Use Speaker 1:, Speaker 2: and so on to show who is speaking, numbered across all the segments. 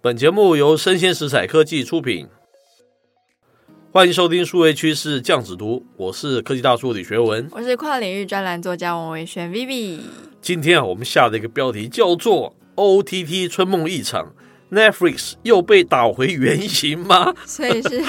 Speaker 1: 本节目由生鲜食材科技出品，欢迎收听数位趋势酱子读，我是科技大叔李学文。
Speaker 2: 我是跨领域专栏作家王维轩 Vivi。
Speaker 1: 今天啊，我们下的一个标题叫做 “OTT 春梦一场”，Netflix 又被打回原形吗？
Speaker 2: 所以是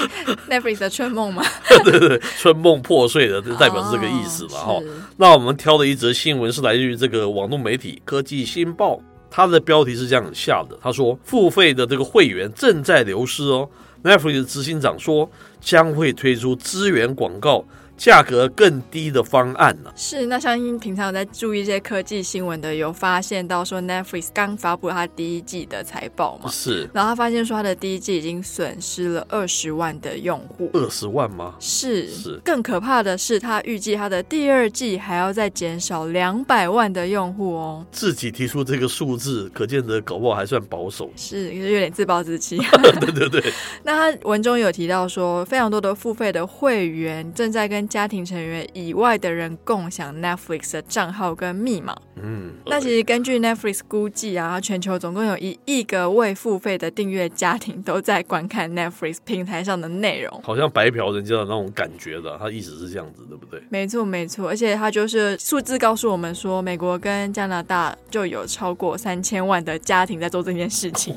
Speaker 2: Netflix 的春梦吗？
Speaker 1: 对对对，春梦破碎了，这代表是这个意思了哈、
Speaker 2: 哦是
Speaker 1: 那我们挑的一则新闻是来自于这个网络媒体《科技新报》，它的标题是这样下的：他说，付费的这个会员正在流失哦。Netflix 的执行长说，将会推出资源广告、价格更低的方案啊呢、
Speaker 2: 是，那相信平常有在注意这些科技新闻的，有发现到说 Netflix 刚发布它第一季的财报嘛，
Speaker 1: 是
Speaker 2: 然后他发现说它的第一季已经损失了二十万的用户。
Speaker 1: 二十万吗？
Speaker 2: 是，
Speaker 1: 是
Speaker 2: 更可怕的是，它预计它的第二季还要再减少两百万的用户哦。。
Speaker 1: 自己提出这个数字，可见得搞不好还算保守
Speaker 2: 是，有点自暴自弃。
Speaker 1: 对对对，
Speaker 2: 那他文中有提到说，非常多的付费的会员正在跟家庭成员以外的人共享 Netflix 的账号跟密码。
Speaker 1: 嗯，
Speaker 2: 那其实根据 Netflix 估计啊，全球总共有一亿个未付费的订阅家庭都在观看 Netflix 平台上的内容。
Speaker 1: 好像白嫖人家的那种感觉的，他一直是这样子，对不对？
Speaker 2: 没错，没错，而且它就是数字告诉我们说，美国跟加拿大就有超过三千万的家庭在做这件事情。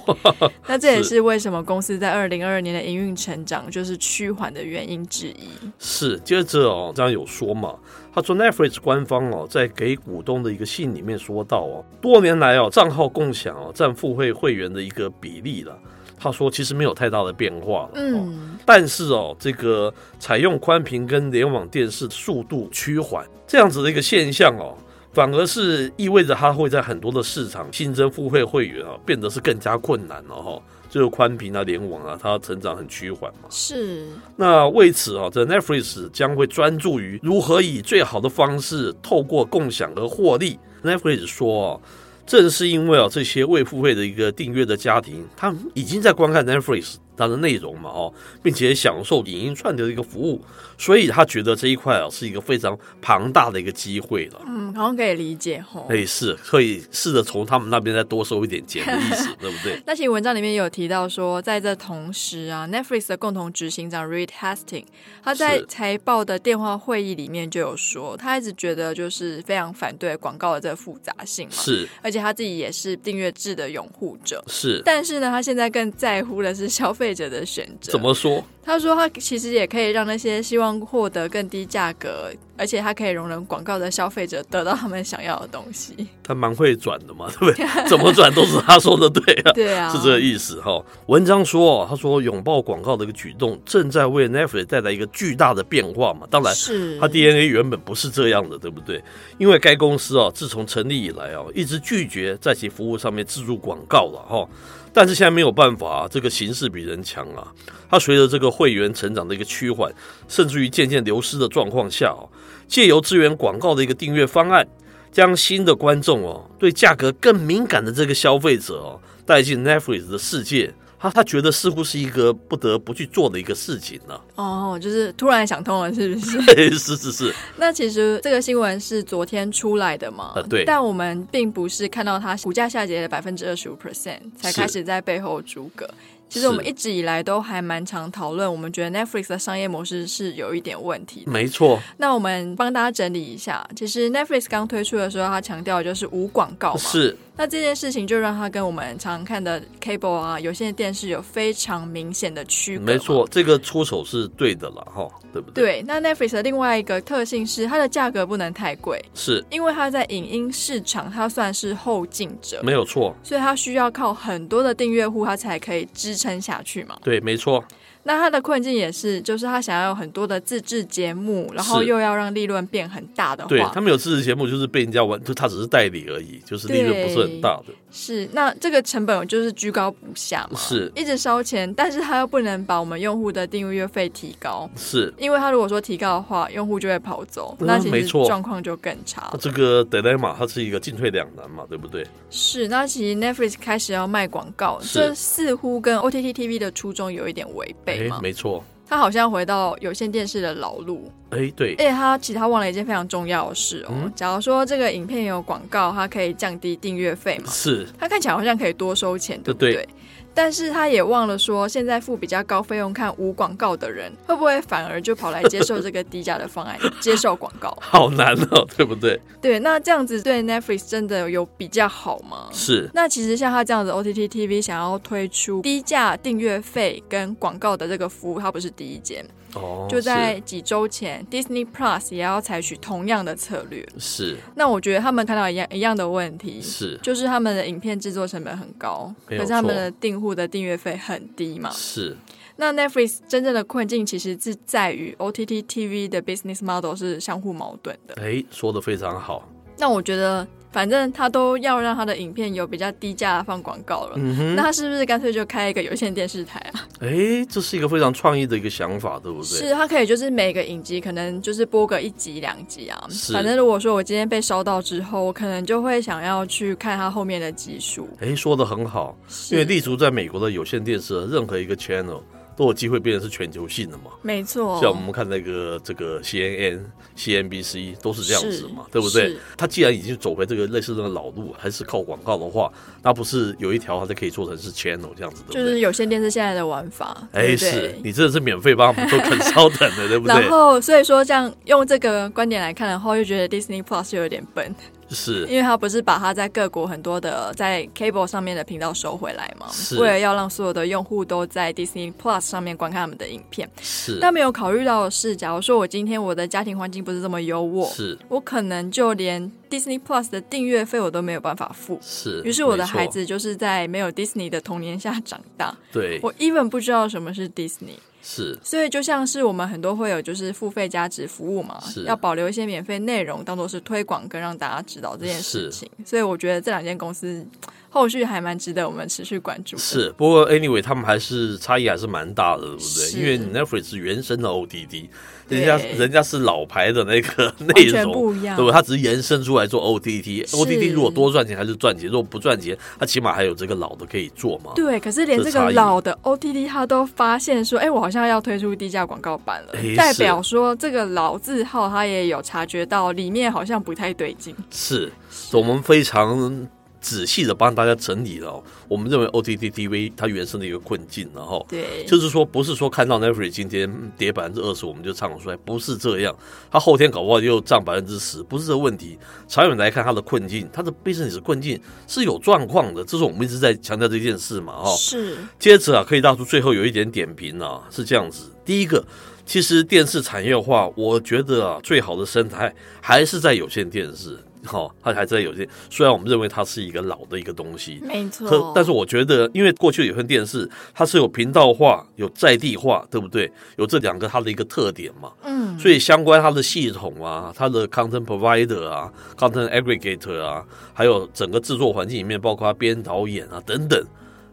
Speaker 2: 那这也
Speaker 1: 是
Speaker 2: 是为什么公司在二零二二年的营运成长就是趋缓的原因之一。
Speaker 1: 是，接着哦，这样有说嘛，他说 Netflix 官方哦，在给股东的一个信里面说到哦，多年来哦，账号共享哦，占付费会员的一个比例了。他说其实没有太大的变化了，哦，
Speaker 2: 嗯。
Speaker 1: 但是哦，这个采用宽屏跟联网电视速度趋缓这样子的一个现象哦。反而是意味着它会在很多的市场新增付费会员啊，变得是更加困难了哈、哦。就是宽屏啊、联网啊，它成长很趋缓嘛。
Speaker 2: 是，
Speaker 1: 那为此啊，这 Netflix 将会专注于如何以最好的方式透过共享而获利。Netflix 说、啊，正是因为啊这些未付费的一个订阅的家庭，他们已经在观看 Netflix 它的内容嘛哦，并且享受影音串流的一个服务，所以他觉得这一块啊是一个非常庞大的一个机会了。
Speaker 2: 嗯，好像可以理解吼。
Speaker 1: 类似可以试着从他们那边再多收一点钱的意思，对不对？
Speaker 2: 那其实文章里面也有提到说，在这同时啊，Netflix 的共同执行长 Reed Hastings，他在
Speaker 1: 是
Speaker 2: 财报的电话会议里面就有说，他一直觉得就是非常反对广告的这个复杂性嘛，
Speaker 1: 是
Speaker 2: 而且他自己也是订阅制的拥护者。
Speaker 1: 是，
Speaker 2: 但是呢，他现在更在乎的是消费者的选择。
Speaker 1: 怎么说？
Speaker 2: 他说，他其实也可以让那些希望获得更低价格，而且他可以容忍广告的消费者得到他们想要的东 西。
Speaker 1: 他蛮会转的嘛， 对不对？怎么转都是他说的对啊，
Speaker 2: 对啊，
Speaker 1: 是这个意思哈、文章说哦，他说拥抱广告的一个举动正在为 Netflix 带来一个巨大的变化嘛。当然，
Speaker 2: 是
Speaker 1: 它 DNA 原本不是这样的，对不对？因为该公司啊，自从成立以来啊，一直拒绝在其服务上面自助广告了哈、但是现在没有办法、啊，这个形势比人强啊。它随着这个会员成长的一个趋缓，甚至于渐渐流失的状况下哦、借由资源广告的一个订阅方案，将新的观众哦，对价格更敏感的这个消费者哦，带进 Netflix 的世界。啊他他觉得似乎是一个不得不去做的一个事情呢、
Speaker 2: 哦，就是突然想通了，是 不是？
Speaker 1: 嘿 是是是，
Speaker 2: 那其实这个新闻是昨天出来的嘛？
Speaker 1: 呃对
Speaker 2: 但我们并不是看到它股价下跌了百分之二十五 percent 才
Speaker 1: 是
Speaker 2: 开始在背后诸葛。其实我们
Speaker 1: 是
Speaker 2: 一直以来都还蛮常讨论，我们觉得 Netflix 的商业模式是有一点问题的。
Speaker 1: 没错，
Speaker 2: 那我们帮大家整理一下，其实 Netflix 刚推出的时候，它强调的就是无广告嘛。
Speaker 1: 是
Speaker 2: 那这件事情就让它跟我们常看的 cable 啊、有线电视有非常明显的区隔。
Speaker 1: 没错，这个出手是对的了哈，对不对？对，
Speaker 2: 对，那 Netflix 的另外一个特性是它的价格不能太贵，
Speaker 1: 是
Speaker 2: 因为它在影音市场它算是后进者，
Speaker 1: 没有错，
Speaker 2: 所以它需要靠很多的订阅户它才可以支撑下去嘛。
Speaker 1: 对，没错，
Speaker 2: 那它的困境也是，就是它想要有很多的自制节目，然后
Speaker 1: 是
Speaker 2: 又要让利润变很大的
Speaker 1: 对
Speaker 2: 话
Speaker 1: 他，们有自制节目，就是被人家玩，就他只是代理而已，就是利润不是很大的，
Speaker 2: 是那这个成本就是居高不下嘛，
Speaker 1: 是
Speaker 2: 一直烧钱，但是它又不能把我们用户的订阅费提高。
Speaker 1: 是。
Speaker 2: 因为它如果说提高的话，用户就会跑走，
Speaker 1: 嗯
Speaker 2: 那其
Speaker 1: 没
Speaker 2: 实
Speaker 1: 错
Speaker 2: 状况就更差了
Speaker 1: 那。这个 dilemma 它是一个进退两难嘛，对不对？
Speaker 2: 是，那其实 Netflix 开始要卖广告，
Speaker 1: 是
Speaker 2: 这似乎跟 OTT TV 的初衷有一点违背
Speaker 1: 哎
Speaker 2: 嘛。
Speaker 1: 没错，
Speaker 2: 他好像回到有线电视的老路，
Speaker 1: 哎，对
Speaker 2: 而，且他其实他忘了一件非常重要的事哦。
Speaker 1: 嗯
Speaker 2: 假如说这个影片有广告，它可以降低订阅费嘛，
Speaker 1: 是
Speaker 2: 它看起来好像可以多收钱，对不
Speaker 1: 对
Speaker 2: 对？但是他也忘了说，现在付比较高费用看无广告的人，会不会反而就跑来接受这个低价的方 案，接受广告？
Speaker 1: 好难哦，对不对？
Speaker 2: 对，那这样子对 Netflix 真的有比较好吗？
Speaker 1: 是
Speaker 2: 那其实像他这样子 OTT TV 想要推出低价订阅费跟广告的这个服务，它不是第一间，
Speaker 1: 哦，
Speaker 2: 就在几周前，Disney Plus 也要采取同样的策略。
Speaker 1: 是
Speaker 2: 那我觉得他们看到一样一样的问题，
Speaker 1: 是
Speaker 2: 就是他们的影片制作成本很高，可
Speaker 1: 没有
Speaker 2: 是他们的订户的订阅费很低嘛
Speaker 1: 是。是
Speaker 2: 那 Netflix 真正的困境其实是在于 OTT TV 的 business model 是相互矛盾的。
Speaker 1: 哎，说的非常好，
Speaker 2: 那我觉得，反正他都要让他的影片有比较低价放广告了，
Speaker 1: 嗯哼，
Speaker 2: 那他是不是干脆就开一个有线电视台啊？
Speaker 1: 哎，这是一个非常创意的一个想法，对不对？
Speaker 2: 是，他可以就是每个影集可能就是播个一集两集啊。
Speaker 1: 是
Speaker 2: 反正如果说我今天被烧到之后，我可能就会想要去看他后面的集数。
Speaker 1: 哎，说的很好，因为
Speaker 2: 是
Speaker 1: 立足在美国的有线电视啊，任何一个 channel 都有机会变成是全球性的嘛。
Speaker 2: 没错，
Speaker 1: 像我们看那个这个 CNN、CNBC 都是这样子嘛
Speaker 2: 是，
Speaker 1: 对不对
Speaker 2: 是？
Speaker 1: 它既然已经走回这个类似那个老路，还是靠广告的话，那不是有一条它就可以做成是 channel 这样子，对不
Speaker 2: 就是
Speaker 1: 对？
Speaker 2: 有线电视现在的玩法，
Speaker 1: 哎，
Speaker 2: 对不对
Speaker 1: 是你真的是免费帮我们做 consultant 的，对不
Speaker 2: 然
Speaker 1: 对？
Speaker 2: 后，所以说这样用这个观点来看的话，就觉得 Disney Plus 就有点笨，
Speaker 1: 是
Speaker 2: 因为它不是把它在各国很多的在 cable 上面的频道收回来嘛
Speaker 1: 是，
Speaker 2: 为了要让所有的用户都在 Disney Plus 上面观看他们的影片。
Speaker 1: 是
Speaker 2: 但没有考虑到的是，假如说我今天我的家庭环境不是这么优渥，
Speaker 1: 是
Speaker 2: 我可能就连 Disney Plus 的订阅费我都没有办法付。
Speaker 1: 是，
Speaker 2: 于是我的
Speaker 1: 没错
Speaker 2: 孩子就是在没有 Disney 的童年下长大，
Speaker 1: 对
Speaker 2: 我 even 不知道什么是 Disney。
Speaker 1: 是
Speaker 2: 所以就像是我们很多会有就是付费加值服务嘛
Speaker 1: 是，
Speaker 2: 要保留一些免费内容当做是推广跟让大家知道这件事情。所以我觉得这两间公司后续还蛮值得我们持续关注的。
Speaker 1: 是，不过 anyway，他们还是差异还是蛮大的，对不对？
Speaker 2: 是
Speaker 1: 因为你 Netflix 是原生的 OTT，
Speaker 2: 对
Speaker 1: 人家人家是老牌的那个 内
Speaker 2: 完全
Speaker 1: 容，
Speaker 2: 不一样
Speaker 1: 对，吧？他只是延伸出来做 OTT。
Speaker 2: 是
Speaker 1: OTT 如果多赚钱还是赚钱，如果不赚钱，他起码还有这个老的可以做嘛。
Speaker 2: 对，可是连
Speaker 1: 这
Speaker 2: 这
Speaker 1: 差
Speaker 2: 个
Speaker 1: 异
Speaker 2: 老的 OTT 它都发现说，哎，我好像要推出低价广告版了
Speaker 1: 诶，
Speaker 2: 代表说这个老字号它也有察觉到里面好像不太对劲。
Speaker 1: 是，所以我们非常仔细的帮大家整理了哦，我们认为 OTT TV 它原生的一个困境，然后。
Speaker 2: 对，
Speaker 1: 就是说，不是说看到 Netflix 今天跌百分之二十，我们就唱衰，不是这样。它后天搞不好又涨百分之十，不是这个问题。长远来看，它的困境，它的 business 困境是有状况的，这是我们一直在强调这件事嘛，哦。
Speaker 2: 是
Speaker 1: 接着啊，可以大叔最后有一点点评啊，是这样子。第一个，其实电视产业化，我觉得啊，最好的生态还是在有线电视，哈、它还在有线。虽然我们认为它是一个老的一个东西，
Speaker 2: 没
Speaker 1: 可
Speaker 2: 错，
Speaker 1: 但是我觉得，因为过去有线电视，它是有频道化、有在地化，对不对？有这两个它的一个特点嘛，
Speaker 2: 嗯，
Speaker 1: 所以相关它的系统啊、它的 content provider 啊、content aggregator 啊，还有整个制作环境里面，包括它编导演啊等等，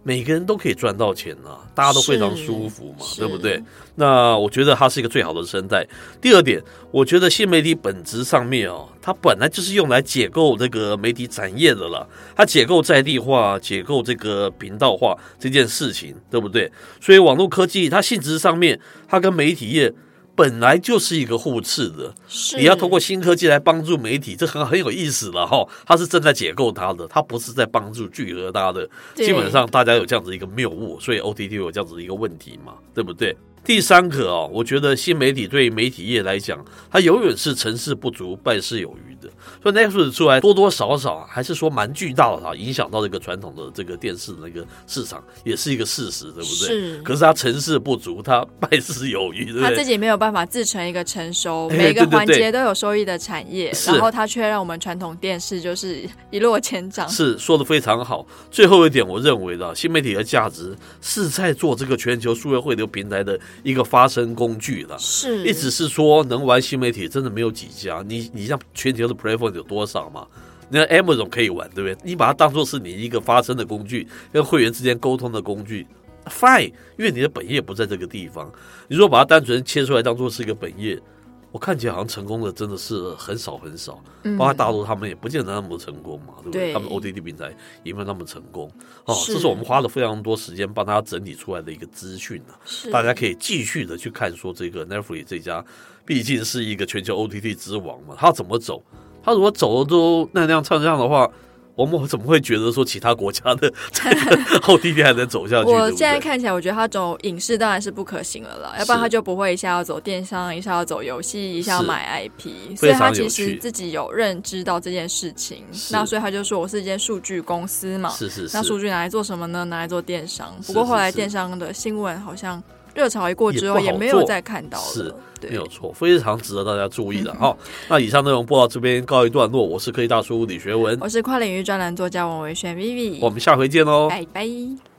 Speaker 1: 每个人都可以赚到钱啊，大家都非常舒服嘛，
Speaker 2: 是
Speaker 1: 对不对？那我觉得它是一个最好的生态。第二点，我觉得新媒体本质上面哦，它本来就是用来解构这个媒体产业的啦，它解构在地化、解构这个频道化这件事情，对不对？所以网络科技它性质上面，它跟媒体业本来就是一个互斥的。
Speaker 2: 是
Speaker 1: 你要通过新科技来帮助媒体，这很很有意思了哈。它是正在解构它的，它不是在帮助聚合它的。
Speaker 2: 对
Speaker 1: 基本上大家有这样子一个谬误，所以 OTT 有这样子一个问题嘛，对不对？第三个哦，我觉得新媒体对媒体业来讲，它永远是成事不足，败事有余的。所以 Netflix 出来多多少少啊还是说蛮巨大的哈，影响到这个传统的这个电视的那个市场，也是一个事实，对不对？
Speaker 2: 是
Speaker 1: 可是它成事不足，它败事有余，对不
Speaker 2: 他
Speaker 1: 对
Speaker 2: 自？己没有办法自成一个成熟，
Speaker 1: 哎
Speaker 2: 每一个
Speaker 1: 对对
Speaker 2: 环
Speaker 1: 对
Speaker 2: 节都有收益的产业，
Speaker 1: 是
Speaker 2: 然后他却让我们传统电视就是一落千丈。
Speaker 1: 是说的非常好。最后一点，我认为的新媒体的价值是在做这个全球数位汇流平台的一个发声工具了。
Speaker 2: 是
Speaker 1: 一直是说能玩新媒体真的没有几家，你你像全球的 platform 有多少嘛？那 Amazon 可以玩，对不对？你把它当做是你一个发声的工具，跟会员之间沟通的工具，fine，因为你的本业不在这个地方。你如果把它单纯切出来当做是一个本业，我看起来好像成功的真的是很少很少，包括大陆他们也不见得那么成功嘛，对不对？
Speaker 2: 嗯对
Speaker 1: 他们 OTT 平台也没有那么成功哦，
Speaker 2: 是
Speaker 1: 这是我们花了非常多时间帮大家整理出来的一个资讯啊。
Speaker 2: 是
Speaker 1: 大家可以继续的去看说这个 Netflix 这家，毕竟是一个全球 OTT 之王嘛，它怎么走？它如果走的都那样唱这样的话，我们怎么会觉得说其他国家 的这个奥地利还能走下去？
Speaker 2: 我
Speaker 1: 对不
Speaker 2: 现在
Speaker 1: 对？
Speaker 2: 看起来，我觉得他走影视当然是不可行了啦，要不然
Speaker 1: 是
Speaker 2: 他就不会一下要走电商，一下要走游戏，一下要
Speaker 1: 是
Speaker 2: 买 IP，
Speaker 1: 非
Speaker 2: 所以
Speaker 1: 常
Speaker 2: 他其
Speaker 1: 有趣
Speaker 2: 实自己有认知到这件事情。
Speaker 1: 是
Speaker 2: 那所以他就说我是一间数据公司嘛，
Speaker 1: 是是是，
Speaker 2: 那数据拿来做什么呢？拿来做电商。
Speaker 1: 是
Speaker 2: 不过后来
Speaker 1: 是是
Speaker 2: 电商的新闻好像热潮一过
Speaker 1: 也
Speaker 2: 之
Speaker 1: 不
Speaker 2: 后，
Speaker 1: 好
Speaker 2: 也没有
Speaker 1: 做
Speaker 2: 再看到
Speaker 1: 是
Speaker 2: 了。对
Speaker 1: 没有错，非常值得大家注 意的哈、那以上内容播到这边告一段落，我是科技大叔李学文，
Speaker 2: 我是跨领域专栏作家王维轩 Vivi，
Speaker 1: 我们下回见喽。哦
Speaker 2: 拜拜。